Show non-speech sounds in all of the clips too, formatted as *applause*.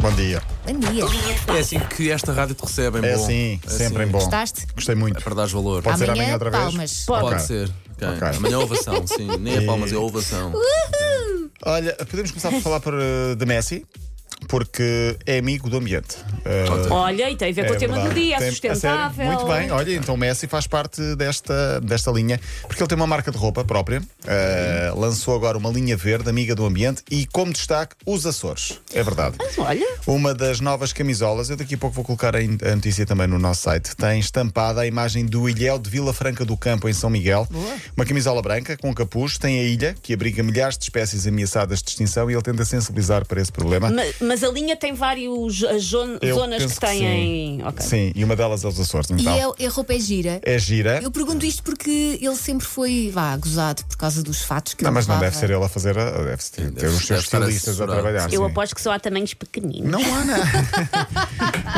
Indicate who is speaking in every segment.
Speaker 1: Bom dia.
Speaker 2: Bom dia.
Speaker 3: É assim que esta rádio te recebe, em
Speaker 1: É
Speaker 3: bom.
Speaker 1: assim, sempre em bom.
Speaker 2: Gostaste?
Speaker 1: Gostei muito.
Speaker 3: É para dar valor.
Speaker 1: Pode ser
Speaker 2: Amanhã,
Speaker 1: amanhã outra vez?
Speaker 2: palmas.
Speaker 3: Pode
Speaker 1: Ok.
Speaker 3: ser. Ok.
Speaker 1: Ok.
Speaker 3: Amanhã é ovação, sim. Nem é palmas, é ovação.
Speaker 1: Olha, podemos começar por falar por, eh, de Messi, porque é amigo do ambiente. Eh,
Speaker 4: Olha, e tem a ver com
Speaker 1: é
Speaker 4: o tema do
Speaker 1: verdade.
Speaker 4: dia, é
Speaker 1: Tem- a sério?
Speaker 4: sustentável.
Speaker 1: Muito bem, olha, então Messi faz parte desta, desta linha, porque ele tem uma marca de roupa própria, eh, lançou agora uma linha verde, amiga do ambiente, e como destaque, os Açores. É verdade.
Speaker 4: Olha,
Speaker 1: Uma das novas camisolas, eu daqui a pouco vou colocar a in- a notícia também no nosso site, tem estampada a imagem do ilhéu de Vila Franca do Campo, em São Miguel. Uma camisola branca com capuz, tem a ilha, que abriga milhares de espécies ameaçadas de extinção e ele tenta sensibilizar para esse problema.
Speaker 4: ma- mas, a linha tem várias zonas
Speaker 1: Eu penso
Speaker 4: que
Speaker 1: que
Speaker 4: têm. ok.
Speaker 1: Sim, e uma delas é os Açores,
Speaker 2: E
Speaker 1: então.
Speaker 2: é- a roupa é gira.
Speaker 1: É gira.
Speaker 2: Eu pergunto isto porque ele sempre foi vá, gozado por causa dos fatos que
Speaker 1: Não,
Speaker 2: ele
Speaker 1: mas não
Speaker 2: levava.
Speaker 1: deve ser ele a fazer, a- deve ter, ter os
Speaker 3: deve
Speaker 1: seus
Speaker 3: estar
Speaker 1: estilistas a
Speaker 3: assessorado.
Speaker 1: trabalhar.
Speaker 4: Eu
Speaker 1: sim.
Speaker 4: aposto que só há tamanhos pequeninos.
Speaker 1: Não,
Speaker 4: *laughs*
Speaker 1: Ana!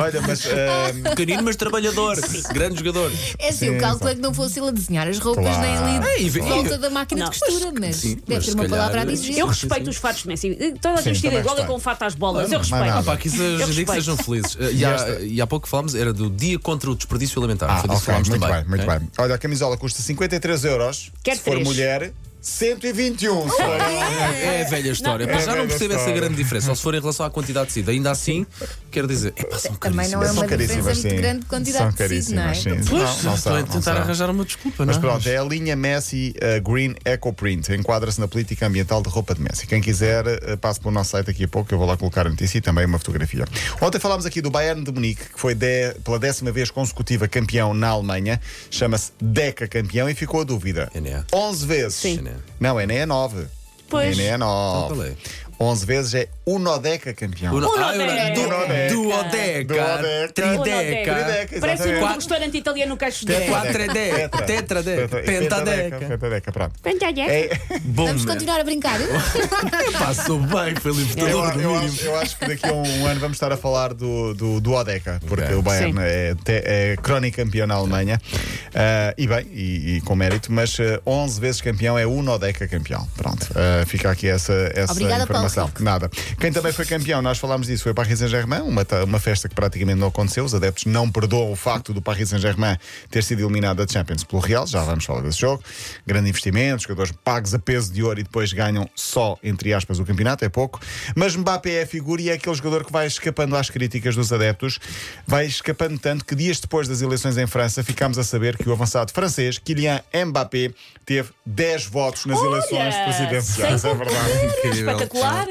Speaker 1: Olha, mas. eh,
Speaker 3: Pequenino, mas trabalhador. Grande jogador.
Speaker 2: É assim,
Speaker 1: Sim,
Speaker 2: o cálculo é que não fosse ele a desenhar as roupas
Speaker 1: Claro.
Speaker 2: nem ali
Speaker 3: É, e
Speaker 2: de
Speaker 3: vê-
Speaker 2: volta da máquina
Speaker 4: Não,
Speaker 2: de costura, mas
Speaker 3: sim,
Speaker 2: deve
Speaker 3: mas
Speaker 2: ter
Speaker 3: se
Speaker 2: uma
Speaker 3: calhar- eh,
Speaker 2: palavra a dizer.
Speaker 4: Eu
Speaker 3: Sim,
Speaker 4: respeito
Speaker 3: sim.
Speaker 4: os fatos de Messi. Toda a
Speaker 1: Sim,
Speaker 4: gente vestida
Speaker 1: também
Speaker 4: igual e
Speaker 1: respeito.
Speaker 4: com um fato às bolas. Eu
Speaker 1: Não, mais
Speaker 4: respeito.
Speaker 1: nada.
Speaker 3: Ah, Pá, que isso,
Speaker 4: Eu
Speaker 3: os indivíduos
Speaker 4: respeito.
Speaker 3: sejam felizes. Eh, E há, e há pouco falámos, era do Dia contra o Desperdício Alimentar.
Speaker 1: Ah,
Speaker 3: Foi disso
Speaker 1: ok,
Speaker 3: que falámos
Speaker 1: muito
Speaker 3: também. É?
Speaker 1: bem, muito
Speaker 3: ok?
Speaker 1: bem. Olha, a camisola custa 53 euros.
Speaker 4: Quer
Speaker 1: se for
Speaker 4: três.
Speaker 1: mulher, 121. se for homem.
Speaker 3: É a velha história.
Speaker 1: É
Speaker 3: Mas
Speaker 1: a
Speaker 3: já não
Speaker 1: velha
Speaker 3: percebo essa
Speaker 1: história.
Speaker 3: grande diferença. Só se for em relação à quantidade de sida. Ainda assim, quero dizer, é são
Speaker 2: Também não é
Speaker 3: caríssimas.
Speaker 1: São
Speaker 2: uma diferença
Speaker 1: caríssimas,
Speaker 2: muito
Speaker 1: sim.
Speaker 2: grande de
Speaker 1: São
Speaker 2: quantidade de tecido, não é?
Speaker 1: caríssimas, sim.
Speaker 3: Pois,
Speaker 1: não, não são,
Speaker 3: estou a
Speaker 1: não
Speaker 3: tentar
Speaker 1: são.
Speaker 3: arranjar uma desculpa,
Speaker 1: Mas
Speaker 3: não é?
Speaker 1: pronto, é a linha Messi eh, Green Eco Print. Enquadra-se na política ambiental de roupa de Messi. Quem quiser, eh, passe pelo nosso site daqui a pouco. Eu vou lá colocar a notícia e também uma fotografia. Ontem falámos aqui do Bayern de Munique, que foi de- pela décima vez consecutiva campeão na Alemanha. Chama-se Deca Campeão e ficou a dúvida.
Speaker 3: É, né?
Speaker 1: 11 vezes.
Speaker 4: Sim.
Speaker 1: Não, é nem é 9.
Speaker 4: Pois.
Speaker 1: Nem é 9.
Speaker 3: Então qual é?
Speaker 1: 11 vezes é Unodeca Campeão.
Speaker 3: O no-
Speaker 4: Uno
Speaker 3: Ah, eu-
Speaker 4: deca.
Speaker 3: du-
Speaker 1: Uno deca.
Speaker 3: Duodeca,
Speaker 1: Duodeca. Trideca,
Speaker 3: trideca,
Speaker 4: Parece o nome
Speaker 1: exatamente.
Speaker 4: do restaurante italiano Cacho de
Speaker 3: quatradeca, tetradeca, pentadeca.
Speaker 1: Pentadeca, pronto.
Speaker 4: Pentadeca.
Speaker 1: É-
Speaker 3: Bom,
Speaker 2: Vamos
Speaker 3: né?
Speaker 2: continuar a
Speaker 3: *laughs*
Speaker 2: brincar.
Speaker 3: Passou bem, foi
Speaker 1: Eu,
Speaker 3: libertador do
Speaker 1: eu
Speaker 3: mínimo.
Speaker 1: acho, eu acho que daqui a um ano vamos estar a falar do, do, do Odeca, porque
Speaker 3: Ok.
Speaker 1: o Bayern
Speaker 4: Sim.
Speaker 1: é, te- é crónico campeão na Alemanha. Ah, e bem, e, e com mérito, mas ah, 11 vezes campeão é um Odeca campeão. Pronto, ah, fica aqui essa, essa
Speaker 2: Obrigada, Paulo
Speaker 1: informação.
Speaker 2: Rico.
Speaker 1: Nada. Quem também foi campeão, nós falámos disso, foi o Paris Saint-Germain, uma, ta- uma festa que praticamente não aconteceu. Os adeptos não perdoam o facto do Paris Saint-Germain ter sido eliminado da Champions pelo Real. Já vamos falar desse jogo. Grande investimento, jogadores pagos a peso de ouro e depois ganham só, entre aspas, o campeonato, é pouco. Mas Mbappé é a figura e é aquele jogador que vai escapando às críticas dos adeptos, vai escapando tanto que dias depois das eleições em França ficámos a saber que o avançado francês, Kylian Mbappé, teve 10 votos nas eleições
Speaker 4: Olha,
Speaker 1: presidenciais.
Speaker 4: sem
Speaker 1: É verdade.
Speaker 3: Incrível.
Speaker 4: Espetacular.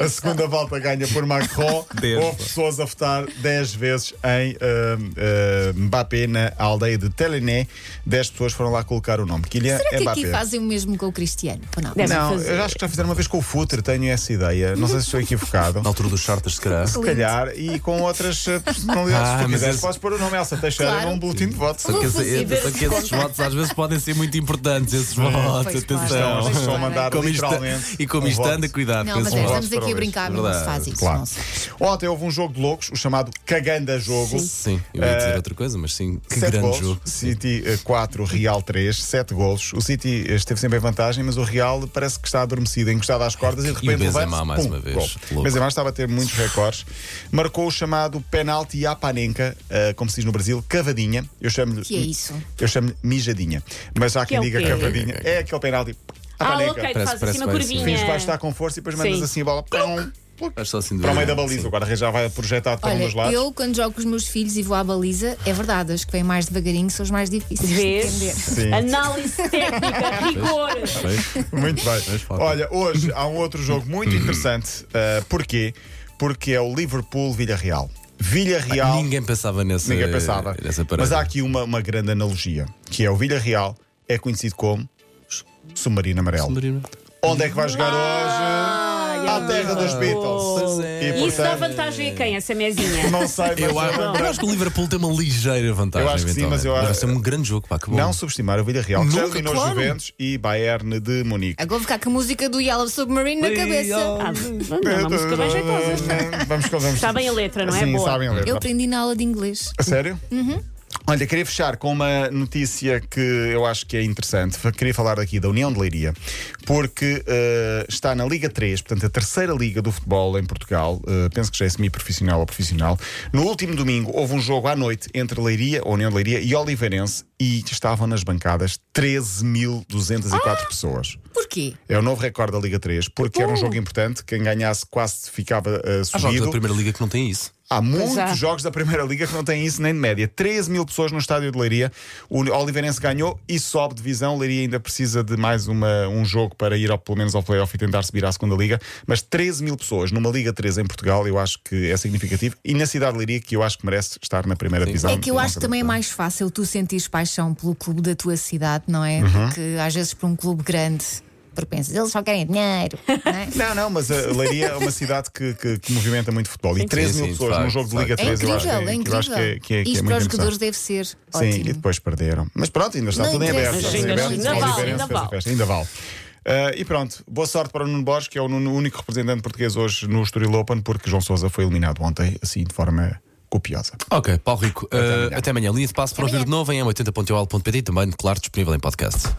Speaker 1: A segunda volta ganha por
Speaker 3: *laughs*
Speaker 1: Macron.
Speaker 3: Deus.
Speaker 1: Houve pessoas a votar 10 vezes em ah, ah, Mbappé na aldeia de Telené. 10 pessoas foram lá colocar o nome.
Speaker 3: É,
Speaker 1: Kylian
Speaker 2: Será que
Speaker 1: Mbappé.
Speaker 2: aqui fazem o mesmo com o Cristiano? Ou não?
Speaker 4: Deve
Speaker 1: Não,
Speaker 4: fazer.
Speaker 1: eu acho que já fizeram uma vez com o Futre, tenho essa ideia. Não sei se estou equivocado.
Speaker 2: *laughs*
Speaker 3: Na altura dos chartas, se calhar.
Speaker 1: Se calhar, e com outras ah, personalidades.
Speaker 3: Ah,
Speaker 1: se tu
Speaker 3: mas
Speaker 1: quiseres,
Speaker 3: esse-
Speaker 1: podes pôr o nome Elsa Teixeira
Speaker 2: Claro.
Speaker 1: num boletim de votos.
Speaker 3: Só que, esse-
Speaker 4: Possível.
Speaker 3: só que esses votos às vezes podem ser muito importantes. Esses votos,
Speaker 2: Pois,
Speaker 3: atenção.
Speaker 2: claro.
Speaker 1: Estão
Speaker 2: Pois,
Speaker 1: estão a
Speaker 2: claro.
Speaker 1: mandar
Speaker 3: Como *laughs* isto-
Speaker 1: literalmente
Speaker 3: e como
Speaker 1: um
Speaker 3: isto
Speaker 1: voto.
Speaker 3: anda, cuidado.
Speaker 2: Não,
Speaker 3: com
Speaker 2: mas
Speaker 3: esses
Speaker 2: é,
Speaker 3: votos.
Speaker 2: estamos aqui a brincar, mas não se
Speaker 3: Verdade.
Speaker 2: faz isso.
Speaker 1: Claro.
Speaker 2: Não se faz.
Speaker 1: Ontem houve um jogo de loucos, o chamado Caganda Jogo.
Speaker 2: assim.
Speaker 3: Sim, eu ia dizer
Speaker 1: Eh,
Speaker 3: outra coisa, mas sim, que
Speaker 1: Sete
Speaker 3: grande
Speaker 1: gols,
Speaker 3: jogo.
Speaker 1: City 4, Real 3, 7 gols. O City eh, esteve sempre em vantagem, mas o Real parece que está adormecido, encostado às cordas e de
Speaker 3: E o
Speaker 1: repente
Speaker 3: Benzema
Speaker 1: levanta-se,
Speaker 3: mais
Speaker 1: pum,
Speaker 3: uma vez,
Speaker 1: gol.
Speaker 3: louco.
Speaker 1: Benzema estava a ter muitos recordes. Marcou o chamado penalti à panenca, eh, como se diz no Brasil, cavadinha. Eu chamo-lhe.
Speaker 2: Que é isso?
Speaker 1: Eu chamo-lhe mijadinha. Mas há quem
Speaker 4: é o
Speaker 1: diga
Speaker 4: quê?
Speaker 1: cavadinha. É aquele penalti à
Speaker 4: Ah,
Speaker 1: panenca.
Speaker 4: ok,
Speaker 3: Parece-
Speaker 4: faz assim uma
Speaker 3: parece bem, sim.
Speaker 4: curvinha.
Speaker 1: Fins baixo está com força e depois mandas
Speaker 4: Sim.
Speaker 1: assim a bola. pum, pluc,
Speaker 3: Faz só assim de
Speaker 1: Para o meio da
Speaker 3: olhar,
Speaker 1: baliza,
Speaker 3: sim.
Speaker 1: o guarda-redes já vai projetado para um dos
Speaker 2: Olha,
Speaker 1: lados.
Speaker 2: eu quando jogo com os meus filhos e vou à baliza, é verdade, as que vêm mais devagarinho são os mais difíceis de entender.
Speaker 4: Vês?
Speaker 1: Sim.
Speaker 4: Análise técnica,
Speaker 1: *laughs*
Speaker 4: rigor.
Speaker 3: Pois.
Speaker 1: Muito
Speaker 3: Mas
Speaker 1: bem.
Speaker 3: falta. Uhum.
Speaker 1: Olha, hoje há um outro jogo muito interessante. Uh, porquê? Porque é o Liverpool-Villarreal. Villarreal.
Speaker 3: Ninguém pensava nessa.
Speaker 1: ninguém pensava.
Speaker 3: Nessa
Speaker 1: Mas
Speaker 3: parada.
Speaker 1: há aqui uma, uma grande analogia: que é o Villarreal é conhecido como Submarino Amarelo.
Speaker 3: Submarino.
Speaker 1: Onde é que vai jogar hoje? À terra dos Beatles.
Speaker 3: Pois é.
Speaker 1: E,
Speaker 4: E isso dá
Speaker 1: portanto,
Speaker 4: vantagem a quem? Essa mesinha?
Speaker 1: Não sei, mas
Speaker 3: Eu acho, eu acho que o Liverpool tem uma ligeira vantagem.
Speaker 1: Eu acho que sim,
Speaker 3: eventualmente.
Speaker 1: mas eu acho-
Speaker 3: Vai ser um grande jogo, pá, que bom.
Speaker 1: Não subestimar o Villarreal, que já
Speaker 3: Nunca,
Speaker 1: eliminou
Speaker 3: claro.
Speaker 1: Juventus e Bayern de Munique.
Speaker 2: Agora vou ficar com a música do Yellow Submarine na
Speaker 3: oh.
Speaker 2: cabeça.
Speaker 4: Ah, não, não, uma música bem jeitosa.
Speaker 1: Vamos, vamos.
Speaker 4: Sabem a letra, não é?
Speaker 1: Sim,
Speaker 4: Boa.
Speaker 1: sabem a letra.
Speaker 2: Eu aprendi na aula de inglês.
Speaker 1: A sério? Uhum. Olha, queria fechar com uma notícia que eu acho que é interessante. F- Queria falar aqui da União de Leiria, porque eh, está na Liga 3, portanto, a terceira liga do futebol em Portugal. eh, penso que já é semi-profissional ou profissional. No último domingo houve um jogo à noite entre Leiria, ou União de Leiria e Oliveirense e estavam nas bancadas 13.204 pessoas.
Speaker 2: Porquê?
Speaker 1: É o novo recorde da Liga 3, porque era um jogo importante. Quem ganhasse quase ficava eh,
Speaker 3: Há jogos da
Speaker 1: subido.
Speaker 3: Primeira Liga que não têm isso.
Speaker 1: Há muitos
Speaker 4: há.
Speaker 1: jogos da Primeira Liga que não têm isso nem de média. 13 mil pessoas no estádio de Leiria. O Oliveirense ganhou e sobe divisão. Leiria ainda precisa de mais uma- um jogo para ir ao, pelo menos ao playoff e tentar subir à segunda Liga. Mas 13 mil pessoas numa Liga 3 em Portugal, eu acho que é significativo. E na cidade de Leiria, que eu acho que merece estar na primeira divisão.
Speaker 2: É que eu acho que também é mais fácil tu sentires paixão pelo clube da tua cidade, não é?
Speaker 1: Uhum.
Speaker 2: Porque às vezes para um clube grande, porque pensas, eles só querem dinheiro, não é?
Speaker 1: Não, não, mas a Leiria é uma cidade que, que- que movimenta muito futebol. E
Speaker 4: Sim,
Speaker 1: 13
Speaker 3: sim,
Speaker 1: mil
Speaker 3: sim,
Speaker 1: pessoas
Speaker 3: de
Speaker 1: num
Speaker 3: facto,
Speaker 1: jogo de
Speaker 3: de
Speaker 1: Liga
Speaker 2: É
Speaker 1: 3, eu acho que
Speaker 2: incrível, é
Speaker 1: que eu acho
Speaker 2: incrível.
Speaker 1: que é, que é, que é muito
Speaker 2: Isto para os
Speaker 1: interessante.
Speaker 2: jogadores deve ser
Speaker 1: Sim,
Speaker 2: ótimo.
Speaker 1: e depois perderam. Mas pronto, ainda está
Speaker 2: Não
Speaker 1: tudo em
Speaker 2: interessa.
Speaker 1: aberto.
Speaker 4: Mas ainda-
Speaker 1: Oliveirense-
Speaker 4: ainda vale,
Speaker 1: Oliveirense
Speaker 4: ainda
Speaker 1: fez a
Speaker 4: vale.
Speaker 1: festa, Ainda vale. Ah, e pronto, boa sorte para o Nuno Borges, que é o nu- único representante português hoje no Estoril Open, porque João Sousa foi eliminado ontem, assim, de forma copiosa.
Speaker 3: Ok, Paulo Rico, eh, até, amanhã.
Speaker 1: amanhã.
Speaker 3: Linha de passo para
Speaker 2: Até
Speaker 3: ouvir de
Speaker 2: amanhã.
Speaker 3: novo em m80.ol.pt e também, claro, disponível em podcast.